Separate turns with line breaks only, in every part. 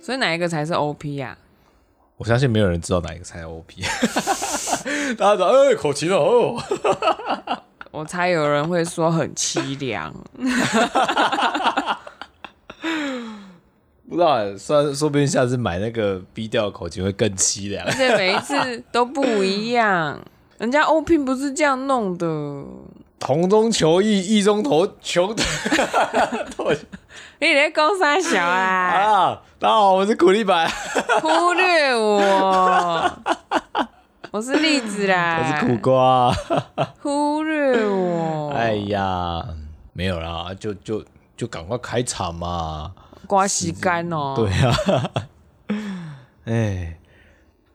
所以哪一个才是 OP 呀、
我相信没有人知道哪一个才是 OP，大家讲哎、口琴哦，
我猜有人会说很凄凉，
不知道哎，虽然说不定下次买那个 B 调口琴会更凄凉
而。且每一次都不一样。人家 OP 不是这样弄的，
同中求异，异中投求
你在勾三小 啊，
啊！大家好，我是苦力白，
忽略我。我是栗子
我
啦，
是苦瓜。
忽略我。
哎呀，没有啦，就就就赶快开场嘛。
刮洗干哦，
对，呀、啊， 哎，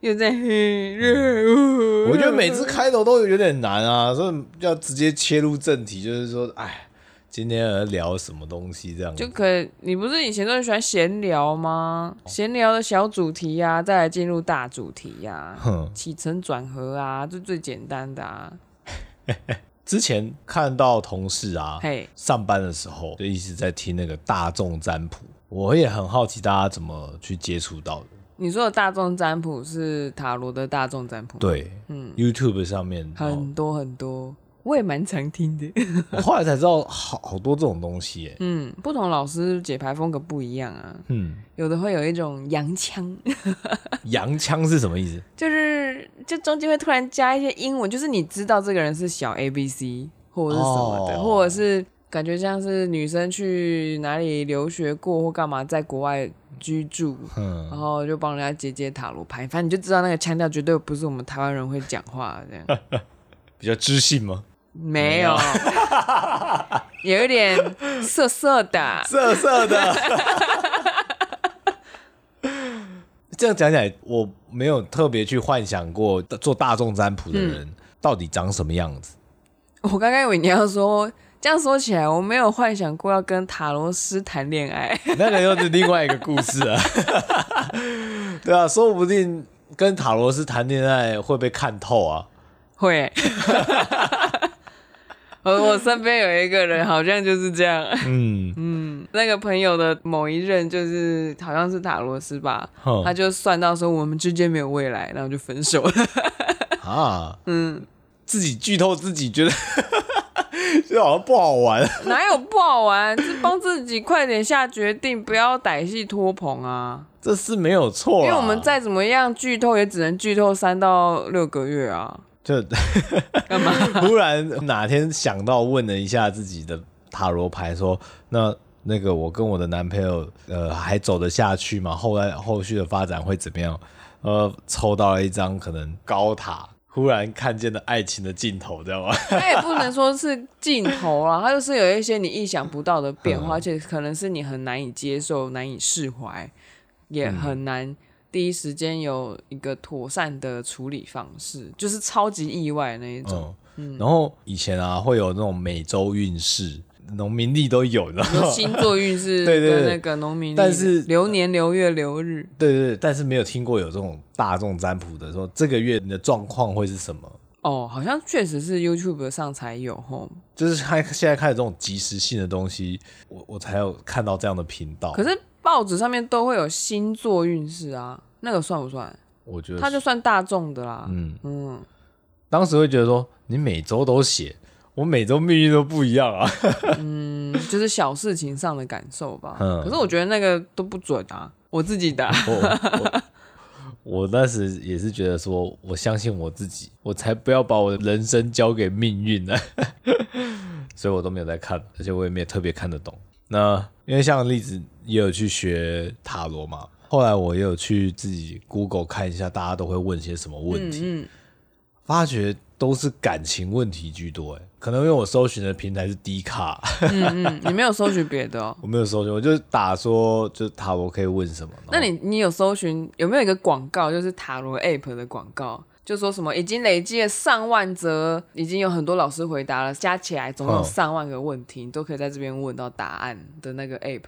又在嘿热哦舞。
我觉得每次开头都有点难 啊，所以要直接切入正题，就是说，哎，今天要聊什么东西这样
就可以，你不是以前都很喜欢闲聊吗？
哦
闲聊的小主题呀、再来进入大主题 呀、
哼
起承转合啊，这最简单的啊。
之前看到同事啊，
嘿，
上班的时候就一直在听那个大众占卜，我也很好奇大家怎么去接触到的。
你说的大众占卜是塔罗的大众占卜，，
对，哦嗯，YouTube 上面，然后
很多很多，我也蛮常听的。
我后来才知道好好多这种东西耶。
嗯，不同老师解牌风格不一样啊，
嗯，
有的会有一种洋腔，
洋腔是什么意思？
就是就中间会突然加一些英文，就是你知道这个人是小 A B C 或者是什么的，
哦
或者是感觉像是女生去哪里留学过或干嘛，在国外居住，然
嗯，
后就帮人家解解塔罗牌，反正你就知道那个腔调绝对不是我们台湾人会讲话的这 样。
比较知性吗？
没有， 有一点涩涩的，
色色的。这样讲起来，我没有特别去幻想过 做大众占卜的人、
嗯
到底长什么样子。
我刚刚以为你要说，这样说起来，我没有幻想过要跟塔罗师谈恋爱。
那个又是另外一个故事了。 对啊，说不定跟塔罗斯谈恋爱会被看透啊。
会， 我我身边有一个人好像就是这样，
嗯，
那个朋友的某一任就是好像是塔罗斯吧，
哼
他就算到说我们之间没有未来，然后就分手了。
啊，嗯，自己剧透自己，觉得 就好像不好玩。
哪有不好玩？是帮自己快点下决定，不要歹戏拖棚啊！
这是没有错啊啦，
因为我们再怎么样剧透，也只能剧透三到六个月啊。
就
干嘛？
忽然哪天想到问了一下自己的塔罗牌说那。那个，我跟我的男朋友，呃，还走得下去吗？后来后续的发展会怎么样？呃，抽到了一张可能高塔，忽然看见了爱情的尽头，知道吗？
他也不能说是尽头啦，他就是有一些你意想不到的变
嗯
化，而且可能是你很难以接受、难以释怀，也
嗯
很难第一时间有一个妥善的处理方式，就是超级意外那一种。
嗯，然后以前啊，会有那种每周运势，农民历都有，你知道
就
吗？
星座运势
对对对
跟那个农民历，
但是
流年、流月、流日，
对对对，但是没有听过有这种大众占卜的，说这个月你的状况会是什么？
哦，好像确实是 YouTube 上才有吼。
就是看现在开始这种即时性的东西，我我才有看到这样的频道。
可是报纸上面都会有星座运势啊，那个算不算？
我觉得
它就算大众的啦。
嗯，
嗯，
当时会觉得说，你每周都写，我每周命运都不一样啊。
就是小事情上的感受吧。
嗯
可是我觉得那个都不准啊，我自己的啊、
我我我当时也是觉得说，我相信我自己，我才不要把我的人生交给命运呢、 所以我都没有在看，而且我也没有特别看得懂。那因为像例子也有去学塔罗嘛，后来我也有去自己 Google 看一下，大家都会问些什么问题，
嗯嗯，
发觉都是感情问题居多、欸。可能因为我搜寻的平台是 D 卡， ？
嗯嗯，你没有搜寻别的哦
我没有搜寻，我就打说就塔罗可以问什么。然后
那你你有搜寻有没有一个广告，就是塔罗 App 的广告，就说什么已经累积了上万则，已经有很多老师回答了，加起来总共有
嗯
上万个问题，你都可以在这边问到答案的那个 App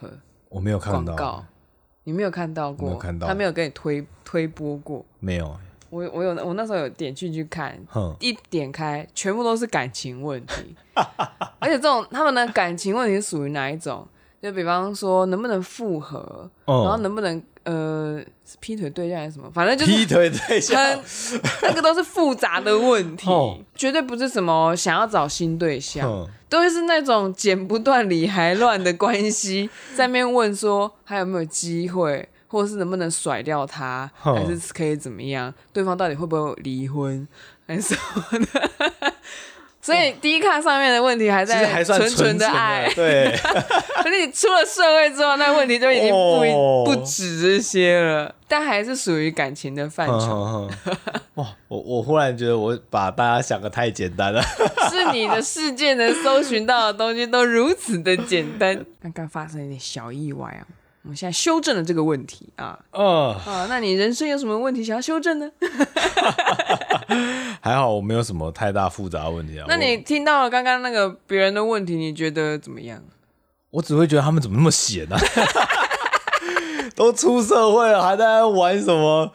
我没有看
广
到
告，你没有看到过？
没有看到
他没有给你推推播过。
没有欸、
我我有我那时候有点进去看，
哼。
一点开，全部都是感情问题， 而且这种他们的感情问题是属于哪一种？就比方说能不能复合，
嗯
然后能不能呃是劈腿对象还是什么，反正就是
劈腿对象
很， 那个都是复杂的问题
哦，
绝对不是什么想要找新对象，
嗯
都是那种剪不断理还乱的关系，在面问说还有没有机会，或者是能不能甩掉他，
哦
还是可以怎么样，对方到底会不会离婚，还是什么的。 所以第一看上面的问题还
其实
在
还算
纯
纯
的
纯
爱，
对，
可是你出了社会之后，那问题就已经不一、
哦
不止这些了，但还是属于感情的范畴。
嗯嗯嗯哇，我我忽然觉得我把大家想的太简单了，
是你的世界能搜寻到的东西都如此的简单。 刚刚发生一点小意外啊，我们现在修正了这个问题啊
嗯，
啊！那你人生有什么问题想要修正呢？
还好我没有什么太大复杂的问题啊。
那你
我
听到了刚刚那个别人的问题，你觉得怎么样？
我只会觉得他们怎么那么闲啊？ 都出社会了，还在那玩什么？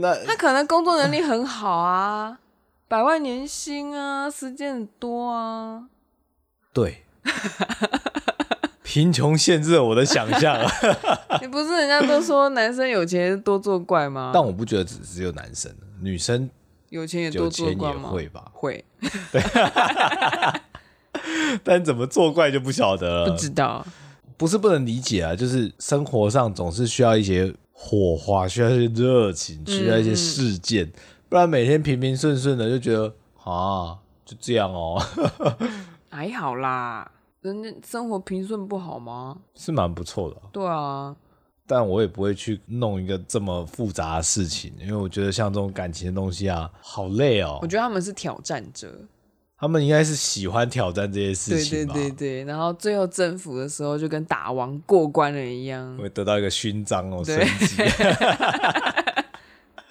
那
他可能工作能力很好 啊，百万年薪啊，时间很多啊。
对， 贫穷限制了我的想象啊。
你不是人家都说男生有钱多作怪 吗？
但我不觉得只只有男生，女生
有钱也多
有
作
钱
怪
也
吗？
会吧？
会
但怎么作怪就不晓得
不
了。
知道。
不是不能理解啊，就是生活上总是需要一些火花，需要一些热情，
嗯
需要一些事件，不然每天平平顺顺的就觉得啊，就这样哦，
还好啦，人家生活平顺不好吗？
是蛮不错的啊、
对啊，
但我也不会去弄一个这么复杂的事情，因为我觉得像这种感情的东西啊，好累哦
我。觉得他们是挑战者，
他们应该是喜欢挑战这些事
对
情
对
哦吧，
对对，然后最后征服的时候就跟打王过关了一样。
会得到一个勋章哦，升
对
级。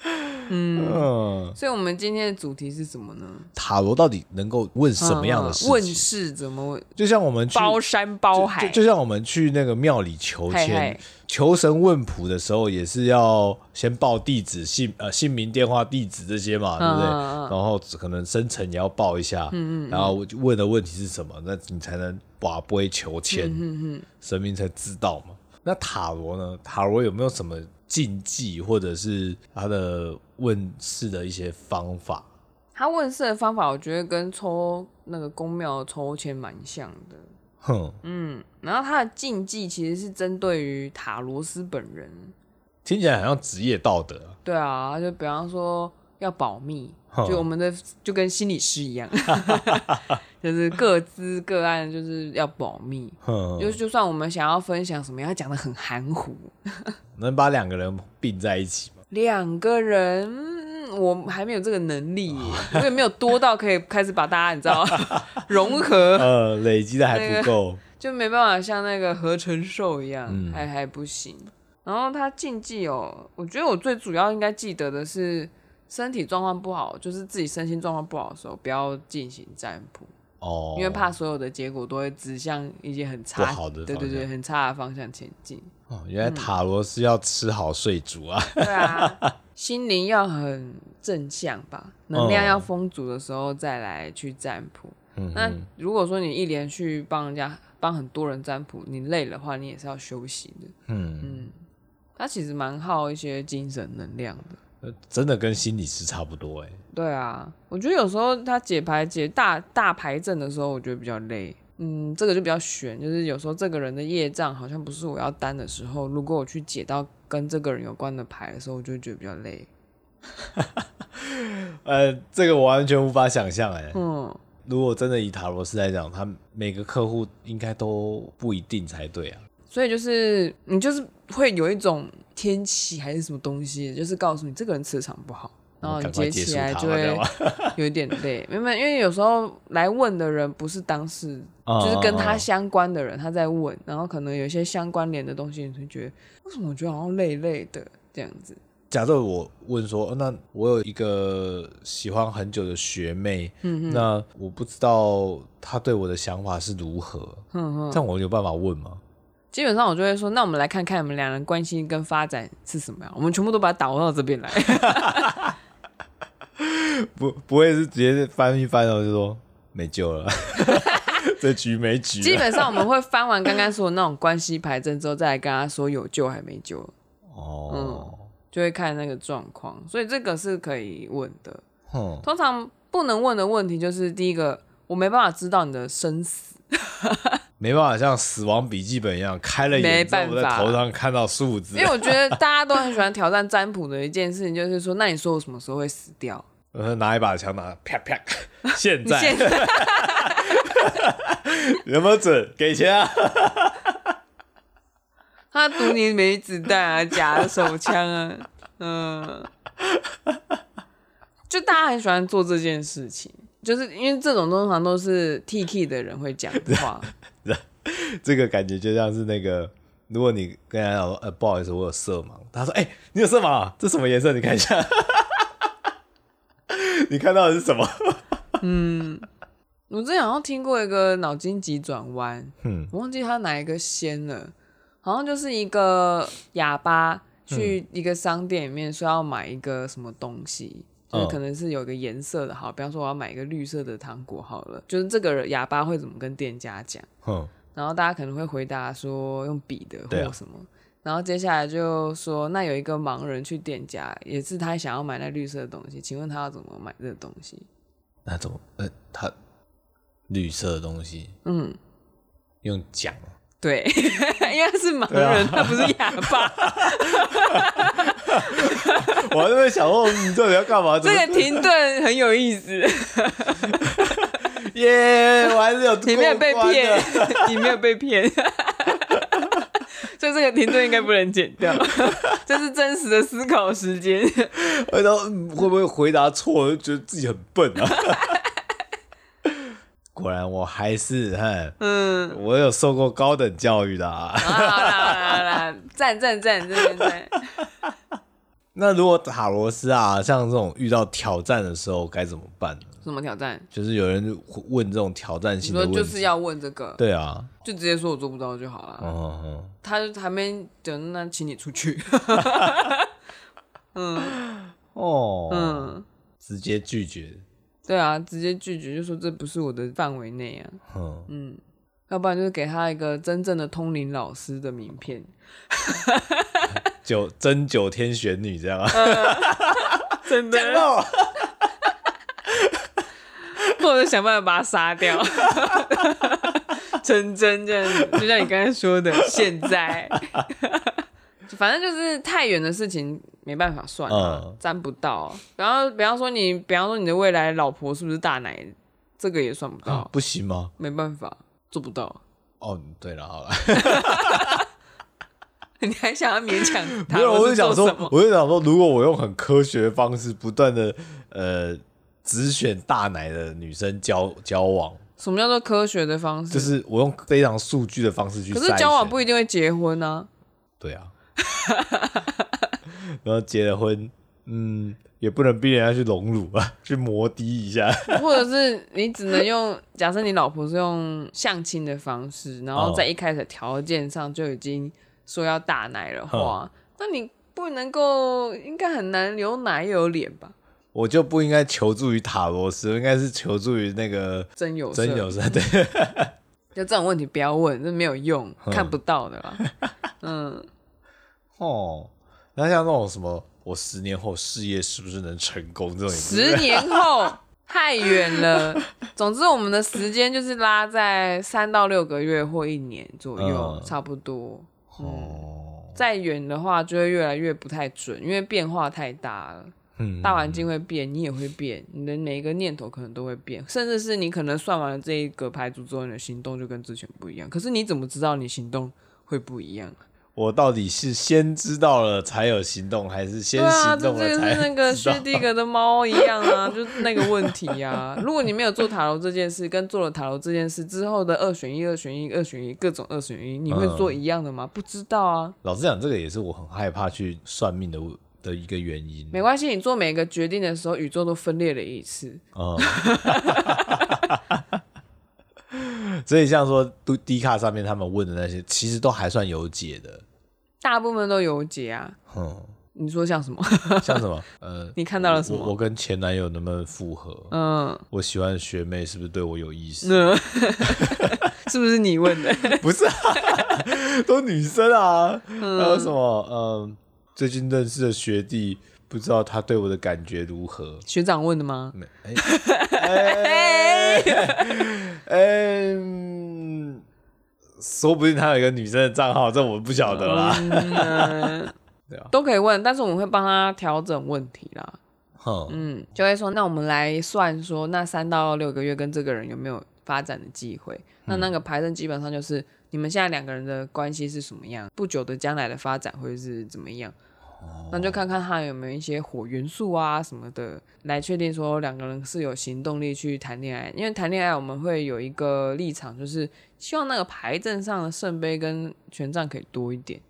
嗯，
所以，我们今天的主题是什么呢？
塔罗到底能够问什么样的
嗯
事
嗯问
情？
世怎么
就像我们去
包山包海？
就就像我们去那个庙里求
嗨
签、
嗨
求神问卜的时候，也是要先报地址、姓呃姓名、电话、地址这些嘛，对不对？
嗯
然后可能生辰也要报一下，然后问的问题是什么，那你才能把不会求
嗯
签，神明才知道嘛。那塔罗呢？塔罗有没有什么禁忌，或者是他的问世的一些方法？
他问世的方法，我觉得跟抽那个公庙抽签蛮像的。
哼，
嗯，然后他的禁忌其实是针对于塔罗斯本人。
听起来好像职业道德啊。
对啊，就比方说要保密，
哼
就我们的就跟心理师一样， 就是各资个案就是要保密。
哼，
就就算我们想要分享什么，要讲的很含糊。
能把两个人并在一起吗？
两个人，嗯我还没有这个能力耶，我也没有多到可以开始把大家你知道 融合，
呃，累积的还
那
不
个
够。
就没办法像那个合成兽一样，
嗯
还还不行。然后他禁忌哦，我觉得我最主要应该记得的是，身体状况不好，就是自己身心状况不好的时候，不要进行占卜，
哦，
因为怕所有的结果都会指向一些很
不
差
好的
对对
方向
对，很差的方向前 进。
哦，原
嗯
来塔罗是要吃好睡足啊。
对啊，心灵要很正向吧，能量要丰足的时候再来去占卜。
嗯
那如果说你一连去帮人家帮很多人占卜，你累的话，你也是要休息的。
嗯，
它其实蛮耗一些精神能量的。
呃 真的跟心理师差不多哎。
对啊，我觉得有时候他解牌解大大牌阵的时候，我觉得比较累。嗯，这个就比较悬，就是有时候这个人的业障好像不是我要担的时候，如果我去解到跟这个人有关的牌的时候，我就会觉得比较累。
呃，这个我完全无法想象哎。
嗯，
如果真的以塔罗师来讲，他每个客户应该都不一定才对啊。
所以就是你就是会有一种天气还是什么东西，就是告诉你这个人磁场不好，然哦后你
赶快
接
结
起
束
来
它
就
吧，对
会
吧？
有一点累，因为因为有时候来问的人不是当事，
嗯
就是跟他相关的人他在问，然后可能有一些相关联的东西，你会觉得为什么我觉得好像累累的这样子，
假设我问说，哦那我有一个喜欢很久的学妹，
嗯
那我不知道她对我的想法是如何，
哼哼。
但我有办法问吗？
基本上我就会说，那我们来看看你们两人关系跟发展是什么样，我们全部都把它导到这边来。
不，不会是直接翻一翻然后就说没救 了，这局没局
基
了。
本上我们会翻完刚刚说的那种关系牌阵之后，再来跟他说有救还没救。
哦，
就会看那个状况，所以这个是可以问的。
哼，
通常不能问的问题就是第一个，我没办法知道你的生死，
没办法像死亡笔记本一样开了眼之后
没
在
办法
头上看到数字
因为，我觉得大家都很喜欢挑战占卜的一件事情，就是说，那你说我什么时候会死掉？
然后拿一把枪拿啪啪，现
你 现
在有没有准？给钱啊！
他赌你没子弹啊，假的手枪啊，嗯，就大家很喜欢做这件事情，就是因为这种通常都是 T K 的人会讲的话，
这个感觉就像是那个，如果你跟他讲说，呃，不好意思，我有色盲，他说，哎、你有色盲、啊？这什么颜色？你看一下， 你看到的是什么？
我之前好像听过一个脑筋急转弯，
嗯
我忘记他哪一个先了，好像就是一个哑巴去一个商店里面说要买一个什么东西，就
嗯
是可能是有一个颜色的，好，比方说我要买一个绿色的糖果好了，就是这个人哑巴会怎么跟店家讲，
哼，
然后大家可能会回答说用笔的
对啊
或什么。然后接下来就说，那有一个盲人去店家，也是他想要买那绿色的东西，请问他要怎么买这个东西？
那怎么？呃，它绿色的东西
嗯，
用讲 啊，
对，因为他是盲
对啊
人，他不是哑 巴。
我还在那边想哦，你到底要干嘛？怎
这
么
个停顿很有意思，
耶，我 还是有
你没有被
过关的
骗，你没有被骗，所以这个停顿应该不能剪掉，这是真实的思考时间。
回头嗯会不会回答错，就觉得自己很笨啊？ 果然我还是哼，
嗯，
我有受过高等教育的 啊。
好啦好啦好啦好啦，赞赞赞赞赞。
那如果塔罗斯啊，像这种遇到挑战的时候该怎么办呢？
什么挑战？
就是有人问这种挑战
你
性的
说
问题，
就是要问这个，
对啊，
就直接说我做不到就好了。
嗯嗯嗯，
他就还没等，那请你出去。
哦，
嗯，
直接拒绝，
对啊，直接拒绝就说这不是我的范围内啊。
嗯，
要不然就是给他一个真正的通灵老师的名片，
九真九天玄女这样啊，
真的，或者想办法把他杀掉， 成真这样子，就像你刚才说的，现在， 反正就是太远的事情没办法算、啊，
嗯
占不到、啊。然后比方说你，比方说你的未来老婆是不是大奶，这个也算不到，
嗯不行吗？
没办法，做不到。
哦，对了，好了，
你还想要勉强他？
没有，我
是
就想
做
说
什么，
我就想说，如果我用很科学的方式，不断的呃，只选大奶的女生交交往，
什么叫做科学的方式？
就是我用非常数据的方式去筛
可
选。
是交往不一定会结婚啊。
对啊， 然后结了婚，嗯，也不能逼人家去隆乳啊，去摩的一下，
或者是你只能用，假设你老婆是用相亲的方式，然
哦
后在一开始条件上就已经说要大奶的话，那你不能够，应该很难有奶又有脸吧？
我就不应该求助于塔罗斯，应该是求助于那个
真有色
真有神，对，
就这种问题不要问，这没有用，看不到的 啦。嗯，
哦，那像那种什么，我十年后事业是不是能成功这种也不是，
十年后太远了。总之，我们的时间就是拉在三到六个月或一年左右，
嗯
差不多。
哦，
再远的话，就会越来越不太准，因为变化太大了。
嗯，
大环境会变，你也会变，你的每一个念头可能都会变，甚至是你可能算完了这一个牌组之后，你的行动就跟之前不一样。可是你怎么知道你行动会不一样？啊
我到底是先知道了才有行动，还是先
对啊，
行
这
动
这
了
个是那
才
个
知道
薛定谔的猫一样啊，就是那个问题呀、啊。如果你没有做塔罗这件事，跟做了塔罗这件事之后的二选一、二选一、二选一，各种二选一，你会
嗯
做一样的吗？不知道啊。
老实讲，这个也是我很害怕去算命的的一个原因。
没关系，你做每个决定的时候，宇宙都分裂了一次。
嗯， 所以像说都低卡上面他们问的那些，其实都还算有解的。
大部分都有解啊。
嗯，
你说像什么？
像什么 呃，
你看到了什
我我
么？
跟前男友能不能复合？
嗯，
我喜欢的学妹是不是对我有意思？
那 是不是你问的？
不是、啊，都女生啊。还有什么？嗯、最近认识的学弟，不知道他对我的感觉如何？
学长问的吗？
没 哎哎哎嗯说不定他有一个女生的账号，这我不晓得啦。
嗯都可以问，但是我们会帮他调整问题啦。
哼，
嗯，就会说，那我们来算说，那三到六个月跟这个人有没有发展的机会？那那个牌阵基本上就是你们现在两个人的关系是什么样，不久的将来的发展会是怎么样？那就看看他有没有一些火元素啊什么的，来确定说两个人是有行动力去谈恋爱。因为谈恋爱我们会有一个立场，就是希望那个牌阵上的圣杯跟权杖可以多一点，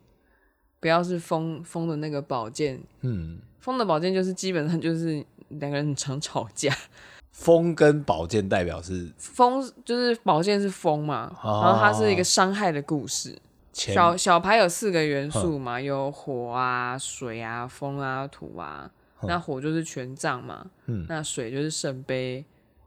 不要是风风的那个宝剑
嗯，
风的宝剑就是基本上就是两个人很常吵架，
风跟宝剑代表是
风就是宝剑是风嘛，
哦
然后它是一个伤害的故事。
前
小小牌有四个元素嘛，有火啊、水啊、风啊、土啊。那火就是权杖嘛，
嗯哦
那水就是圣杯，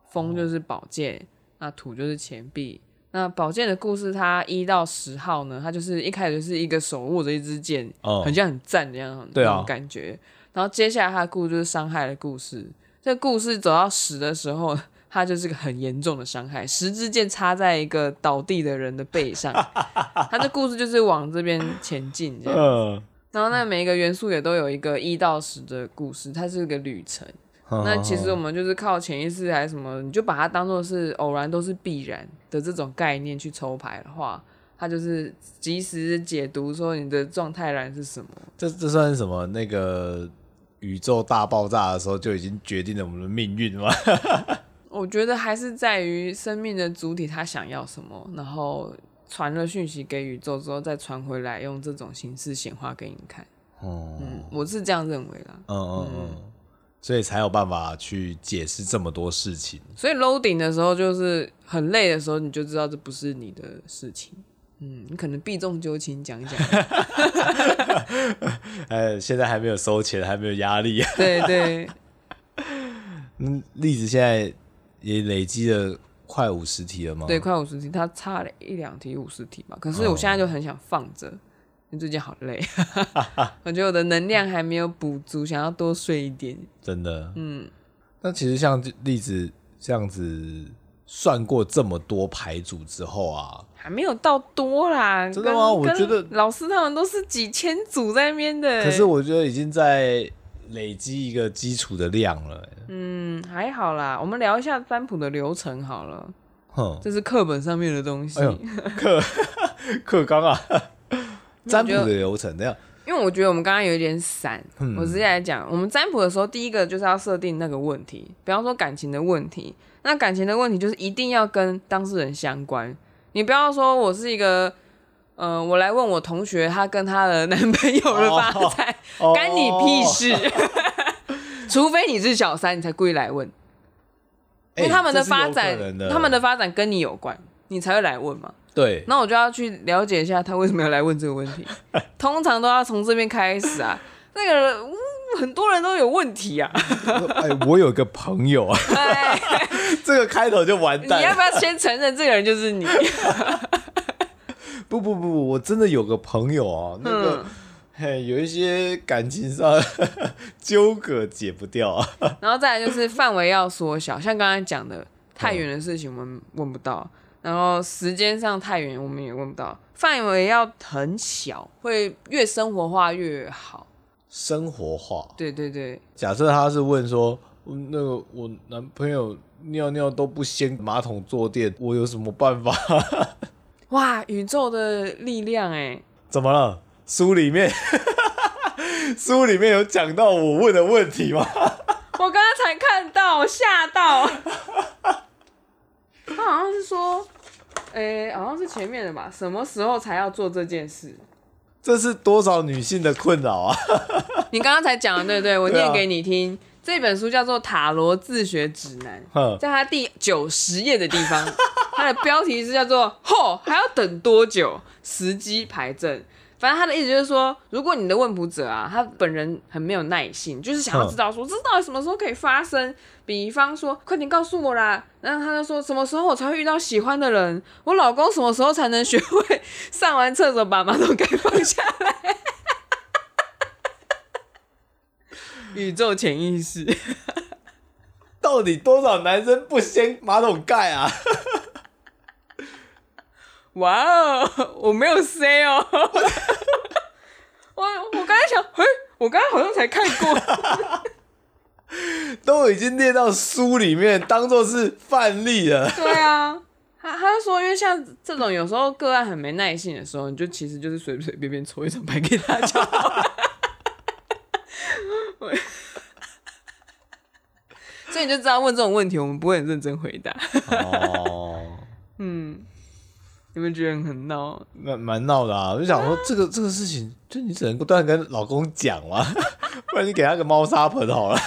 风就是宝剑，那土就是钱币。那宝剑的故事，它一到十号呢，它就是一开始就是一个手握着一支剑，
哦
很像很赞的样
对啊
那种感觉。然后接下来他的故事就是伤害的故事，这故事走到十的时候， 他就是个很严重的伤害，十支箭插在一个倒地的人的背 上，他的故事就是往这边前进这样。
嗯，
然后那每一个元素也都有一个一到十的故事，它是一个旅程。
哦
那其实我们就是靠潜意识还是什么，你就把它当做是偶然都是必然的这种概念去抽牌的话，它就是及时解读说你的状态然是什么。
这这算是什么？那个宇宙大爆炸的时候就已经决定了我们的命运吗？
我觉得还是在于生命的主体他想要什么，然后传了讯息给宇宙之后再传回来，用这种形式显化给你看。
哦，嗯
嗯，我是这样认为啦。
嗯嗯，所以才有办法去解释这么多事情。
所以 loading 的时候就是很累的时候，你就知道这不是你的事情。嗯，你可能避重就轻讲一讲，
呃，现在还没有收钱，还没有压力。啊
对对，
嗯，栗子现在也累积了快五十题了吗？
对，，快五十题，他差了一两题五十题吧。可是我现在就很想放着，因为最近好累， 我觉得我的能量还没有补足，想要多睡一点。
真的。嗯，那其实像栗子这样子算过这么多牌组之后啊，
还没有到多啦，
真的吗
跟
我觉得
跟老师他们都是几千组在那边的，
可是我觉得已经在累积一个基础的量了、欸
嗯还好啦。我们聊一下占卜的流程好了，
哼，
这是课本上面的东西。
哎呦克刚 啊，占卜
觉得
的流程那样，
因为我觉得我们刚刚有一点散，
嗯
我直接来讲，我们占卜的时候，第一个就是要设定那个问题，比方说感情的问题。那感情的问题就是一定要跟当事人相关，你不要说我是一个，呃，我来问我同学她跟她的男朋友的发展，
哦
干你屁！事。 除非你是小三，你才故意来问，因为
哎
他们的
这是有
发
可
展，
能的
他们的发展跟你有关，你才会来问嘛。
对，
那我就要去了解一下他为什么要来问这个问 题。通常都要从这边开始啊，那个人、嗯很多人都有问题 啊。
哎，我有个朋友 啊，
哎，
这个开头就完
你
蛋
要
了。
不要先承认这个人就是你？
不不不不，我真的有个朋友啊，那
嗯
个、嘿有一些感情上 纠葛解不掉啊。
然后再来就是范围要缩小，像刚刚讲的，太远的事情我们问不到，然后时间上太远我们也问不到，范围要很小，会越生活化越好。
生活化，
对对对，
假设他是问说，嗯那个我男朋友尿尿都不掀马桶坐垫，我有什么办法？
哇，宇宙的力量哎、
怎么了？书里面 书里面有讲到我问的问题吗？
我刚刚才看到，我吓到。他好像是说，诶、好像是前面的吧？什么时候才要做这件事？
这是多少女性的困扰 啊！
你刚刚才讲的，对不对？我
对啊
念给你听。这本书叫做《塔罗自学指南
哼》，
在它第九十页的地方， 它的标题是叫做“吼还要等多久？时机牌阵”。反正他的意思就是说，如果你的问卜者啊，他本人很没有耐性，就是想要知道说，这到底什么时候可以发生？比方说，快点告诉我啦！然后他就说，什么时候我才会遇到喜欢的人？我老公什么时候才能学会上完厕所把马桶盖放下来？ 宇宙潜意识，
到底多少男生不掀马桶盖啊？
哇哦，我没有 say 哦，我我刚才 想，嘿，我刚才好像才看过，
都已经列到书里面，当做是范例了。
对啊，他他就说，因为像这种有时候个案很没耐性的时候，你就其实就是随随便便抽一张牌给他就好 了。我所以你就知道问这种问题，我们不会很认真回答。
哦，
嗯你们觉得很闹？
蛮蛮闹的啊！我就想说，这个这个事情，就你只能不断跟老公讲嘛， 不然你给他个猫砂盆好了。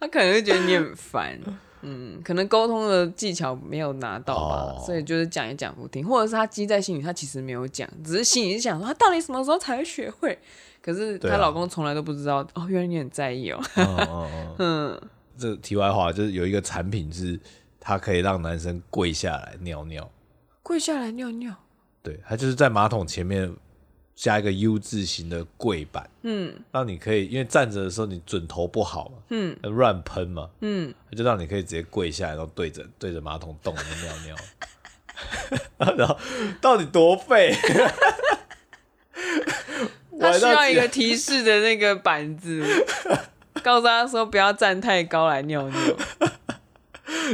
他可能会觉得你很烦，嗯，可能沟通的技巧没有拿到吧，
哦
所以就是讲也讲不听，或者是他积在心里，他其实没有讲，只是心里想说他到底什么时候才会学会，可是
对
她
啊
老公从来都不知道，哦，原来你很在意哦，
嗯嗯嗯。
嗯，
这题外话就是有一个产品是，它可以让男生跪下来尿尿。
跪下来尿尿，
对，它就是在马桶前面加一个 U 字形的跪板，
嗯
让你可以因为站着的时候你准头不好嘛，
嗯
乱喷嘛，
嗯，
它就让你可以直接跪下来，然后对着对着马桶洞里面尿 尿。然后到底多废？
他
玩
需
到
要一
几
个提示的那个板子，告诉他说不要站太高来尿尿，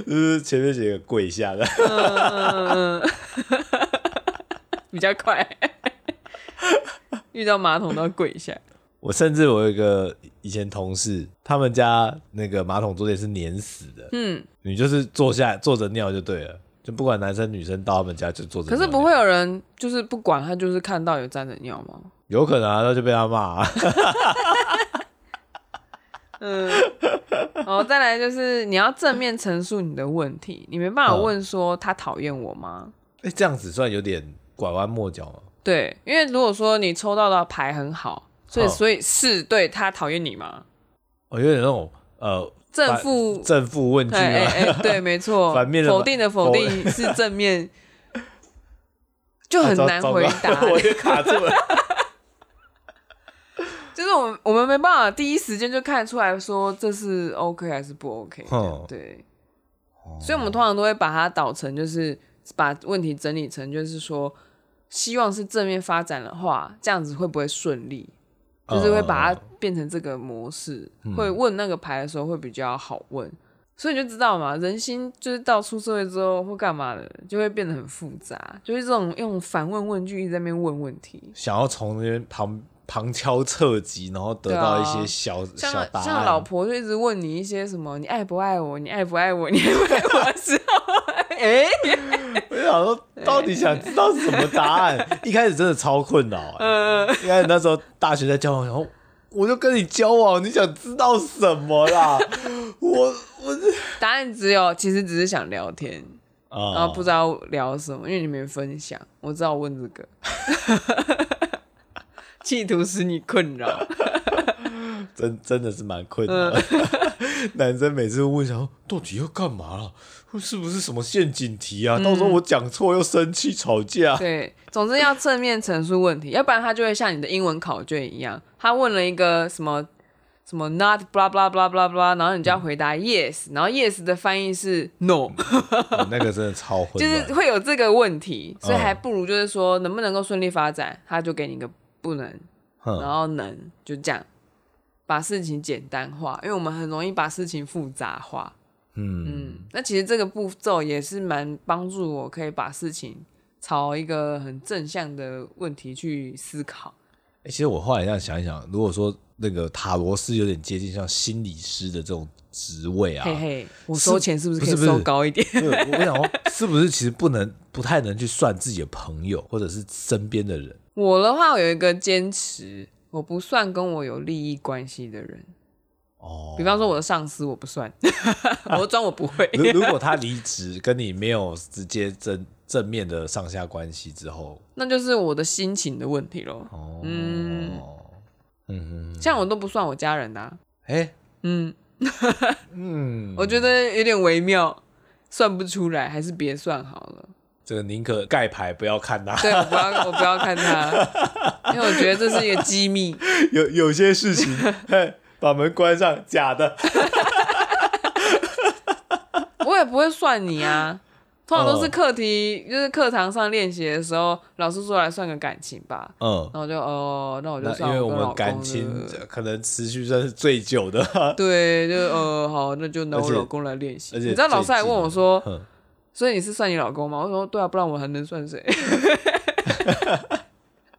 就是前面写个跪下的，
比较快， 遇到马桶都要跪下，
我甚至我有一个以前同事，他们家那个马桶坐垫是粘死的，
嗯。
你就是坐下坐着尿就对了，就不管男生女生到他们家就坐着
可
尿。
是不会，有人就是不管他，就是看到有站着尿吗？
有可能啊，那就被他骂、啊。
嗯， 哦，再来就是你要正面陈述你的问题，你没办法问说他讨厌我吗？
哎、这样子算有点拐弯抹角吗？
对，因为如果说你抽到的牌很好，所以、
哦
所以是对他讨厌你吗？
我有点那种呃
正负
正负问句
对，哎
啊，
哎，对，没错，
反面的
否定的否
否啊
定是正 面，就很难
糟糕
回答。
我就卡住了。
就是我们我们没办法第一时间就看得出来说这是 OK 还是不 OK，这样
哼
对，所以我们通常都会把它导成就是把问题整理成就是说，希望是正面发展的话，这样子会不会顺利？就是会把它变成这个模式，会问那个牌的时候会比较好问，所以你就知道嘛，人心就是到出社会之后或干嘛的，就会变得很复杂，就是这种用反问问句一直在那边问问题，
想要从那边旁旁敲侧击，然后得到一
对啊
些小、
像
小答案。
像老婆就一直问你一些什么，你爱不爱我？你爱不爱我？你爱不爱我的时 候，哎、
我就想说，到底想知道是什么答 案？一开始真的超困扰、
嗯
欸，一开始那时候大学在交往，然后我就跟你交往，你想知道什么 啦？我我
答案只有其实只是想聊天，然
啊
后不知道聊什么，因为你没分享，我知道我问这个， 企图使你困扰。
真真的是蛮困扰的。
嗯
男生每次问想说哦到底要干嘛啦？是不是什么陷阱题啊？到时候我讲错又生气吵架。
嗯对，总之要正面陈述问题，要不然他就会像你的英文考卷一样，他问了一个什么什么 not blah blah blah blah blah，然后你就要回答 yes，然后 yes 的翻译是 no。
我那个真的超混
就
乱，
是会有这个问题，所以
嗯
还不如就是说能不能够顺利发展，他就给你一个不能，
哼
然后能就这样把事情简单化，因为我们很容易把事情复杂化。
嗯，
嗯，那其实这个步骤也是蛮帮助我可以把事情朝一个很正向的问题去思考。
欸其实我后来这样想一想，如果说那个塔罗师有点接近像心理师的这种职位啊，
嘿嘿，我收钱是不是
不
可
是
以
不
收
是
高一点？
对，我我想说，是不是其实不能不太能去算自己的朋友或者是身边的人？
我的话，我有一个坚持，我不算跟我有利益关系的人。
哦
比，方说我的上司我不 算，我装我不会。
如如果他离职跟你没有直接正正面的上下关系之后，
那就是我的心情的问题咯。
哦，
嗯
嗯嗯，
像我都不算我家人的、啊，
哎、
嗯，
嗯，
我觉得有点微妙，算不出来，还是别算好了。
这个宁可盖牌不要看他，
对，我不要，我不要看他，因为我觉得这是一个机密。
有有些事情， 嘿把门关上，假的。
我也不会算你啊。通常都是
哦
课题，就是课堂上练习的时候，老师说来算个感情吧。
嗯，
那我就哦，那我就
那
算
因为我
跟老
们
公
感
的
情可能持续算是最久的，
对，就呃好，那就拿
而
我
且
老公来练习。
而
你
且
知道老师还问我说
嗯，
所以你是算你老公吗？我说对啊，不然我还能算谁？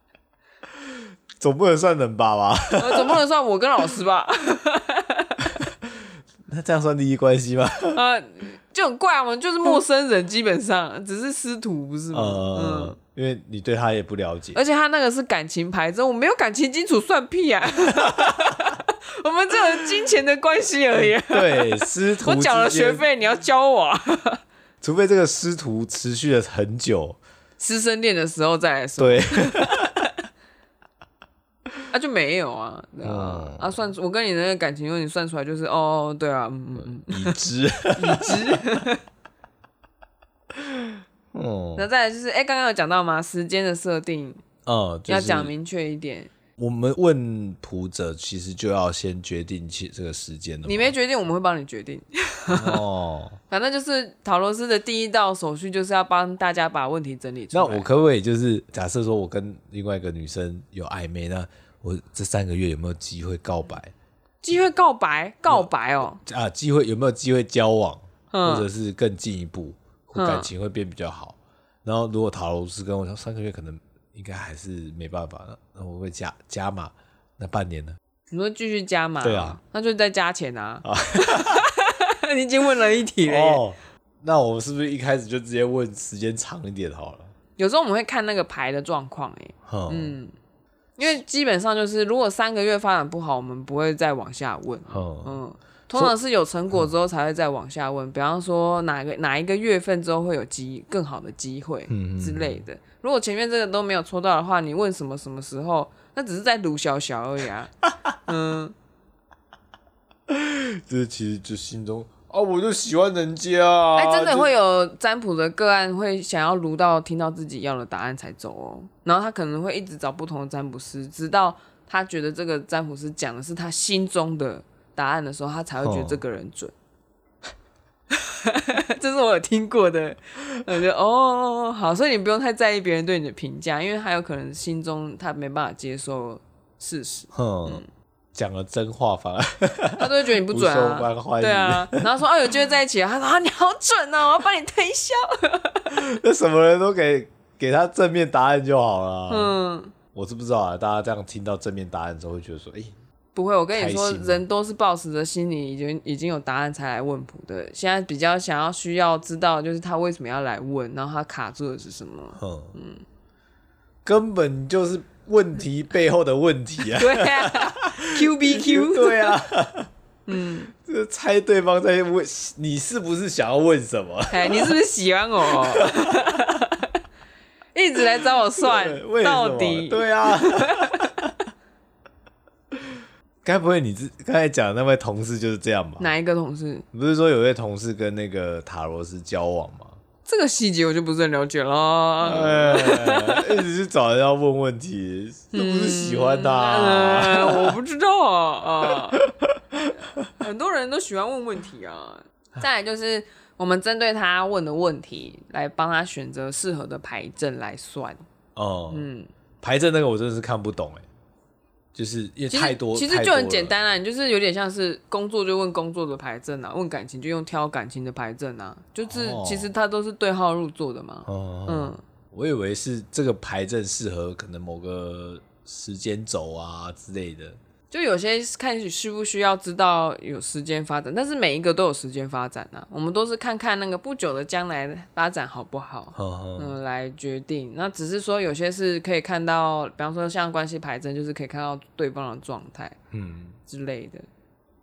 总不能算人吧吧？
我呃总不能算我跟老师吧？
那这样算利益关系吗？
啊，就很怪啊，我们就是陌生人，基本上只是师徒，不是吗？嗯
嗯，，因为你对他也不了 解。
而且他那个是感情牌，这我没有感情基础，算屁啊！ 我们只有金钱的关系而已啊。
对，师徒
我缴了
之哎间
学，费，你要教我、啊。
除非这个师徒持续了很久，
师生恋的时候再来说，
对，
啊就没有啊，对啊，
嗯
啊算出我跟你的那个感情，如果你算出来就是哦，对啊，嗯嗯嗯，
已知，
已知。
嗯
那再来就是，哎，刚刚有讲到吗？时间的设定
嗯，就
要
是
讲明确一点。
我们问普者，其实就要先决定其这个时间的嘛。
你没决定，我们会帮你决定。
哦，
反正就是塔罗斯的第一道手续，就是要帮大家把问题整理出来。
那我可不可以就是假设说我跟另外一个女生有暧昧，那我这三个月有没有机会告白
机会告白，告白哦，
啊？机会有没有机会交往，
嗯
或者是更进一步，
嗯
感情会变比较好？然后如果塔罗斯跟我说三个月可能应该还是没办法，那那我会加加码，那半年呢？
你说继续加嘛？
对啊，
那就再加钱啊。 你已经问了一题了耶。
哦，那我是不是一开始就直接问时间长一点好了？
有时候我们会看那个牌的状况，哎，
嗯
嗯，因为基本上就是，如果三个月发展不好，我们不会再往下问。
嗯
嗯，通常是有成果之后才会再往下问，比方说哪个哪一个月份之后会有机更好的机会
嗯嗯
之类的。如果前面这个都没有抽到的话，你问什么什么时候，那只是在鲁小小而已啊。嗯，
这其实就心中啊，我就喜欢人家啊。
哎、真的
就
会有占卜的个案会想要撸到听到自己要的答案才走哦，然后他可能会一直找不同的占卜师，直到他觉得这个占卜师讲的是他心中的答案的时候，他才会觉得
哦
这个人准。 这是我有听过的，我觉得哦，好，所以你不用太在意别人对你的评价，因为他有可能心中他没办法接受事实，
哼，讲了真话反而
他都会觉得你嗯不准
不受欢
啊，
欢迎
对啊，然后说哦有机会在一起啊，他说啊你好准啊，我要帮你推销，
那什么人都给给他正面答案就好了。嗯，
嗯。
我是不知道啊，大家这样听到正面答案之后，会觉得说，哎、
不会，我跟你说
开，心吗？
人都是抱持着心里已经已经有答案才来问卜的。现在比较想要需要知道，就是他为什么要来问，然后他卡住的是什么
哼，嗯，根本就是问题背后的问题啊。
对啊，Q B Q，
对啊， 嗯， 这猜对方在问你是不是想要问什么？
哎，你是不是喜欢我？哦 一直来找我 算
对为，什么
到底
对啊。 该不会你之刚才讲的那位同事就是这样吧？
哪一个同事？
不是说有位同事跟那个塔罗斯交往 吗？
这个细节我就不是很了解了。
哎， 一直去找人家问问题，是不是喜欢他啊、
呃，我不知道啊，啊很多人都喜欢问问题啊。再来就是我们针对他问的问题，来帮他选择适合的牌阵来算。
哦，
嗯，
牌阵那个我真的是看不懂哎，就是因为
其
太
实
多，
其实
太
就
多
很
了
简。单啊啦，你就是有点像是工作就问工作的牌阵啊，问感情就用挑感情的牌阵啊，就是、
哦
其实它都是对号入座的嘛。
哦，
嗯，
我以为是这个牌阵适合可能某个时间轴啊之类的。
就有些看需不需要知道有时间发展，但是每一个都有时间发展啊。我们都是看看那个不久的将来发展好不好，
哦
嗯，来决定。那只是说有些是可以看到，比方说像关系牌阵，就是可以看到对方的状态
嗯，
之类的。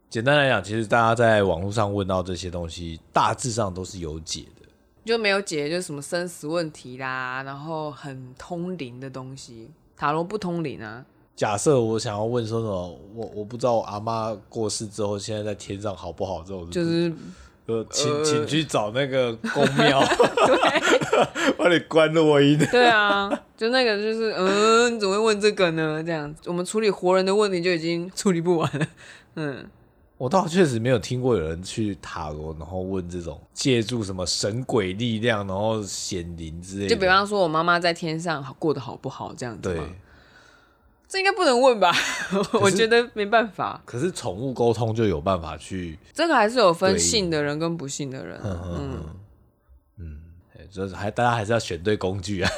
简单来讲，其实大家在网络上问到这些东西，大致上都是有解的。
就没有解，就是什么生死问题啦，然后很通灵的东西，塔罗不通灵啊，
假设我想要问说什么，我我不知道我阿妈过世之后现在在天上好不好这种，
就是
呃，
呃
请 请 去找那个公庙，把你关录音。
对啊，就那个就是，嗯，你怎么会问这个呢？这样，我们处理活人的问题就已经处理不完了。嗯，
我倒确实没有听过有人去塔罗，然后问这种借助什么神鬼力量，然后显灵之类的。
就比方说我妈妈在天上好过得好不好这样子
对，
嘛，这应该不能问吧？ 我觉得没办法，
可是宠物沟通就有办法去，
这个还是有分
对
信的人跟不信的人啊。嗯，
嗯嗯，哎就是还大家还是要选对工具啊。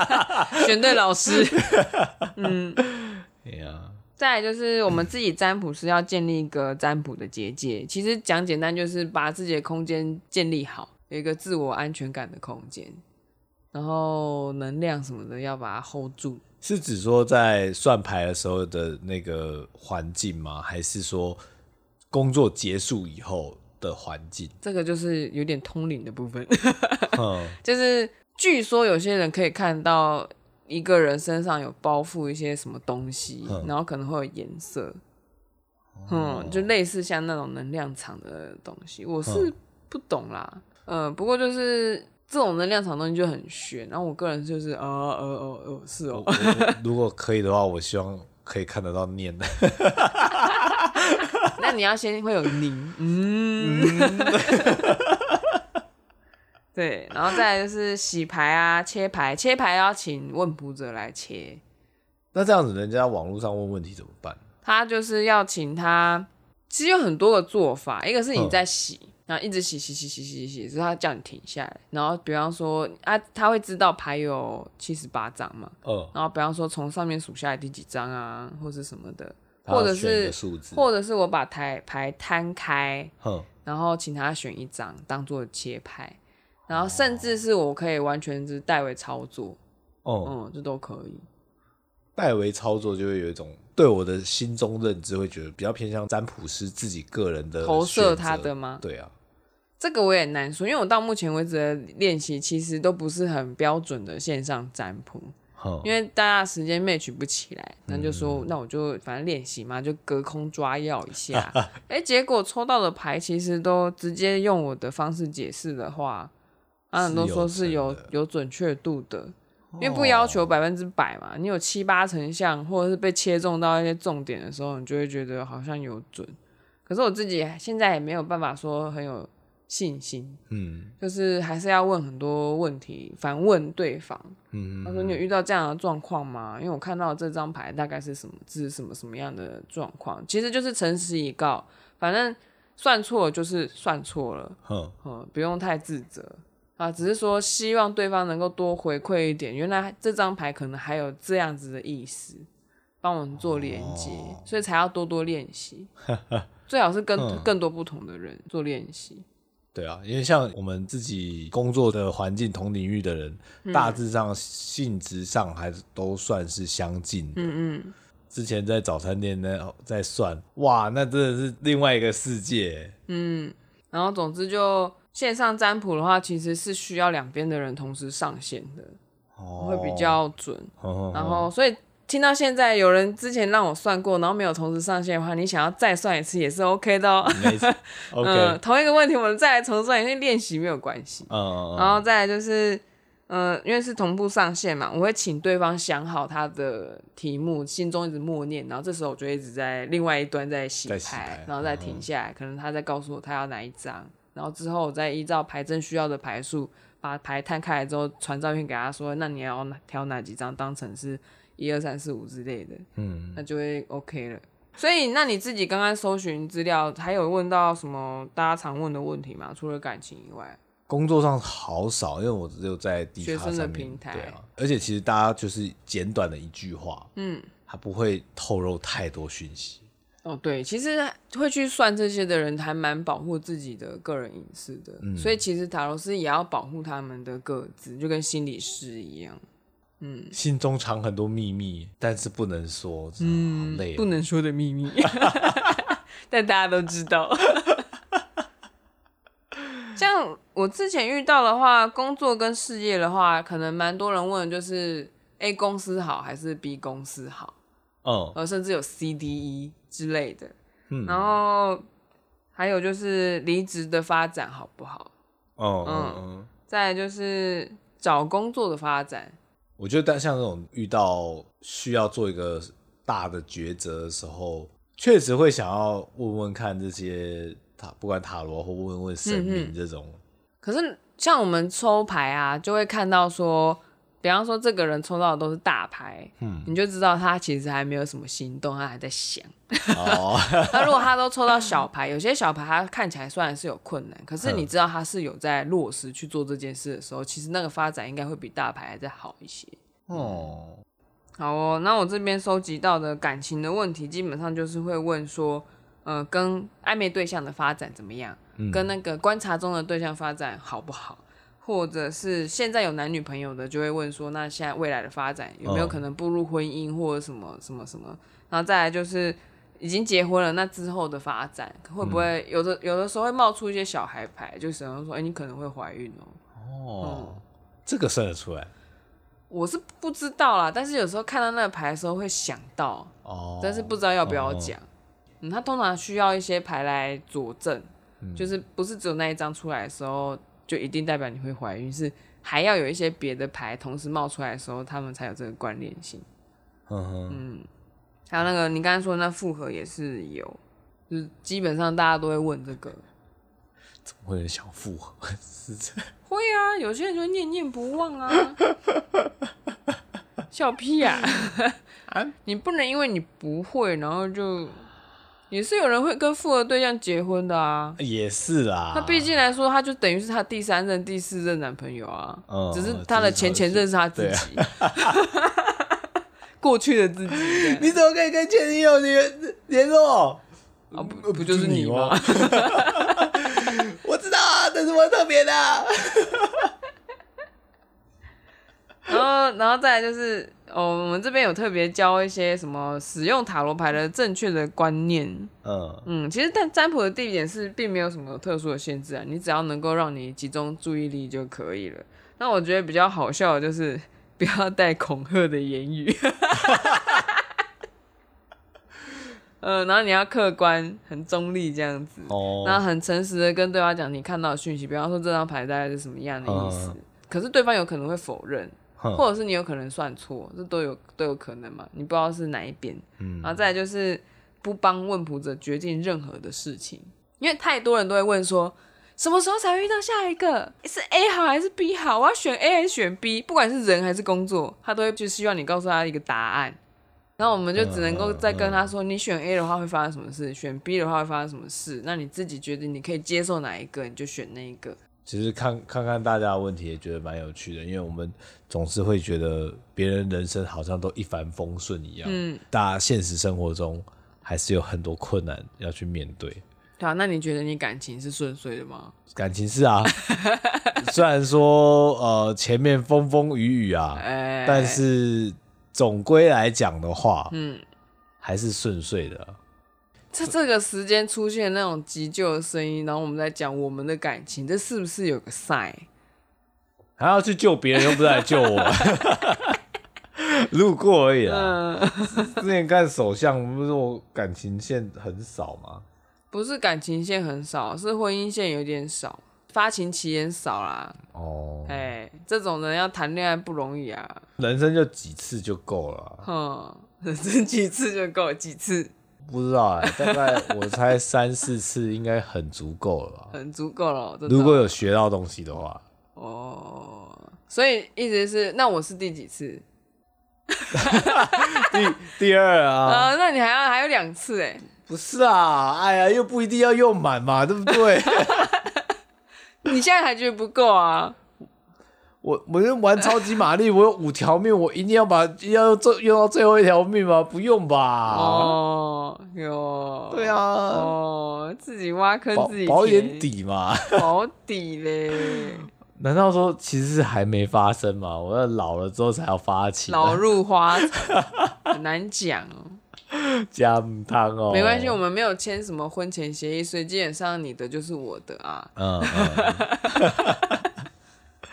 选对老师。
哎呀，
再来就是我们自己占卜师要建立一个占卜的结界，其实讲简单就是把自己的空间建立好，有一个自我安全感的空间，然后能量什么的要把它 hold 住。
是指说在算牌的时候的那个环境吗？还是说工作结束以后的环境？
这个就是有点通灵的部分，
嗯，
就是据说有些人可以看到一个人身上有包覆一些什么东西，
嗯
然后可能会有颜色，嗯，就类似像那种能量场的东西，我是
嗯
不懂啦，嗯、不过就是这种能量场的东西就很玄，然后我个人就是呃呃呃呃是
我
哦，
我我如果可以的话，我希望可以看得到念 的。
那你要先会有灵，嗯， 对，然后再来就是洗牌啊、切牌，切牌要请问卜者来切，
那这样子，人家网络上问问题怎么办？
他就是要请他，其实有很多个做法，一个是你在洗，然后一直洗洗洗洗洗洗，就是他叫你停下来，然后比方说啊，他会知道牌有七十八张嘛，
嗯，
然后比方说从上面数下来第几张啊，或是什么的，
他
或
要
者
选一
是
个数字，嗯
或者是我把台牌摊开，
哼，
然后请他选一张当做切牌，然后甚至是我可以完全是代为操作，
哦，
嗯，这都可以。
代为操作就会有一种对我的心中认知会觉得比较偏向占卜师自己个人的
投射
选择
他的吗
对啊，
这个我也难说，因为我到目前为止的练习其实都不是很标准的线上占卜，
哼，
因为大家时间 match 不起来，那就说那我就反正练习嘛，就隔空抓药一下。哎，结果抽到的牌其实都直接用我的方式解释的话，啊，很多说是有哦
是有成的
有准确度的，因为不要求百分之百嘛，你有七八成像，或者是被切中到一些重点的时候，你就会觉得好像有准。可是我自己现在也没有办法说很有信心，
嗯
就是还是要问很多问题，反问对方。
嗯
他说你有遇到这样的状况吗？因为我看到这张牌大概是什么字，是什么什么样的状况，其实就是诚实以告，反正算错了就是算错了，
哼，
嗯，不用太自责啊，只是说希望对方能够多回馈一点，原来这张牌可能还有这样子的意思，帮我们做连接，
哦
所以才要多多练习，最好是跟
嗯
更多不同的人做练习，
对啊，因为像我们自己工作的环境同领域的人，
嗯
大致上性质上还是都算是相近的。
嗯嗯，
之前在早餐店那在算，哇，那真的是另外一个世界。
然后总之就。线上占卜的话，其实是需要两边的人同时上线的，
哦
会比，较啊准。
哼哼哼
然后，所以听到现在有人之前让我算过，然后没有同时上线的话，你想要再算一次也是 OK 的哦。
没错 ，OK，
嗯，同一个问题我们再来重算，因为练习没有关系。
嗯，
然后再来就是，嗯、因为是同步上线嘛，我会请对方想好他的题目，心中一直默念，然后这时候我就一直在另外一端在洗牌，
在洗牌嗯
然后再停下来，可能他在告诉我他要哪一张，然后之后我再依照牌阵需要的牌数，把牌摊开来之后传照片给他说，那你要哪挑哪几张当成是一二三四五之类的，
嗯，
那就会 OK 了。所以，那你自己刚刚搜寻资料，还有问到什么大家常问的问题吗？除了感情以外，
工作上好少，因为我只有在地
学
卡
生的
上面
平台
对啊，而且其实大家就是简短的一句话，嗯，它不会透露太多讯息。
哦，对，其实会去算这些的人，还蛮保护自己的个人隐私的，所以其实塔罗斯也要保护他们的各自，就跟心理师一样，
心中藏很多秘密，但是不能说，嗯，好累哦、
不能说的秘密， 但大家都知道。 像我之前遇到的话，工作跟事业的话，可能蛮多人问，就是 A 公司好还是 B 公司好？
嗯，
呃，甚至有 C、D、E 之类的。
嗯
然后还有就是离职的发展好不好？
嗯嗯嗯，
再来就是找工作的发展，
我觉得但像这种遇到需要做一个大的抉择的时候，确实会想要问问看这些塔，不管塔罗或问问神明这种。
可是像我们抽牌啊，就会看到说，比方说这个人抽到的都是大牌，嗯，你就知道他其实还没有什么行动，他还在想。
哦，
那如果他都抽到小牌，有些小牌他看起来虽然是有困
嗯
难，可是你知道他是有在落实去做这件事的时候，其实那个发展应该会比大牌还再好一些。
哦，
好哦，那我这边收集到的感情的问题，基本上就是会问说，呃，跟暧昧对象的发展怎么样，跟那个观察中的对象发展好不好，或者是现在有男女朋友的，就会问说，那现在未来的发展有没有
嗯
可能步入婚姻或者什么什么什么，然后再来就是。已经结婚了，那之后的发展会不会有的、有的时候会冒出一些小孩牌，就想要说，哎、你可能会怀孕哦、
哦，
嗯
这个算得出来
我是不知道啦，但是有时候看到那个牌的时候会想到，
哦，
但是不知道要不要讲。嗯，他通常需要一些牌来佐证，就是不是只有那一张出来的时候就一定代表你会怀孕，是还要有一些别的牌同时冒出来的时候，他们才有这个关联性。
嗯哼，
还有那个你刚才说的那复合也是有，就是基本上大家都会问这个。
怎么会有人想复合？是这
会啊，有些人就念念不忘啊，笑屁呀、你不能因为你不会，然后就也是有人会跟复合对象结婚的啊。
也是啦，
他毕竟来说，他就等于是他第三任、第四任男朋友啊，
嗯
只是他的前前任是他自己， 过去的自己这样。
你怎么可以跟前女友联联络？
啊不不就是你吗？
我知道啊，但是我特别的。
然后，然后再来就是，哦，我们这边有特别教一些什么使用塔罗牌的正确的观念。
嗯，
嗯，其实但占卜的地点是并没有什么特殊的限制啊，你只要能够让你集中注意力就可以了。那我觉得比较好笑的就是不要带恐吓的言语， 呃，然后你要客观、很中立这样子，然
哦，
后很诚实的跟对方讲你看到的讯息，比方说这张牌大概是什么样的意思，
嗯
可是对方有可能会否认，
哼
或者是你有可能算错，这都有都有可能嘛，你不知道是哪一边。
嗯
然后再来就是不帮问卜者决定任何的事情，因为太多人都会问说什么时候才会遇到下一个，是 A 好还是 B 好？我要选 A 还是选 B？不管是人还是工作，他都会就希望你告诉他一个答案。然后我们就只能够再跟他说，你选 A 的话会发生什么事，选 B 的话会发生什么事。那你自己决定，你可以接受哪一个，你就选那一个。
其实看看看大家的问题，也觉得蛮有趣的，因为我们总是会觉得别人人生好像都一帆风顺一样，嗯，大家现实生活中还是有很多困难要去面对。
对啊，那你觉得你感情是顺遂的吗？
感情是 啊，虽然说呃前面风风雨雨啊，
哎
但是总归来讲的话，嗯，还是顺遂的。
在这个时间出现那种急救的声音，然后我们在讲我们的感情，这是不是有个 sign？
还要去救别人，又不是来救 我。路过而已啦。之前干首相，不是我感情线很少吗？
不是感情线很少，是婚姻线有点少，发情期也少啦。
哦，
哎、这种人要谈恋爱不容易啊，
人生就几次就够了啊，
哼， 这几次就够，几次
不知道哎、大概我猜三四次应该很足够了吧。啊
很足够了。真的
如果有学到东西的话，
哦，所以一直是那我是第几次
第第二 啊，
啊、那你还要还有两次哎、
不是啊，哎呀，又不一定要用满嘛，对不对？
你现在还觉得不够啊？
我我就玩超级玛丽，我有五条命，我一定要把要用最用到最后一条命吗？不用吧？
哦哟，
对啊，
哦，自己挖坑
保
自己
保
填
点，底嘛？
保底 嘞，
难道说其实是还没发生吗？我要老了之后才要发起
老入花丛， 很难讲哦。
加母汤哦？
没关系，我们没有签什么婚前协议，所以基本上你的就是我的啊。
嗯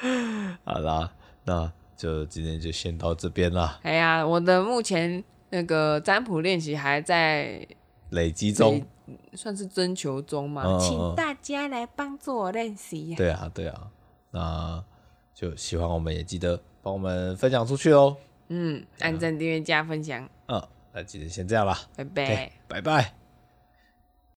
嗯， 好啦，那就今天就先到这边啦，
哎呀，我的目前那个占卜练习还在
累积中
累。算是征求中嘛，
嗯嗯嗯
请大家来帮助我练习呀。
对啊，对啊，那就喜欢我们也记得帮我们分享出去哦。
嗯，按赞、订阅、加分享，
嗯，那今天先这样啦，
拜拜。
OK，拜拜。